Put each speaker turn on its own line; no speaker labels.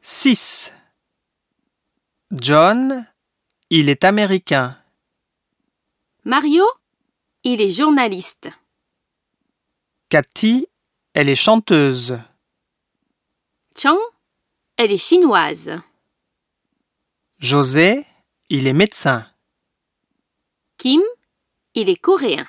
Six John, il est américain.
Mario, il est journaliste.
Cathy, elle est chanteuse.
Chang, elle est chinoise.
José, il est médecin.
Kim, il est coréen.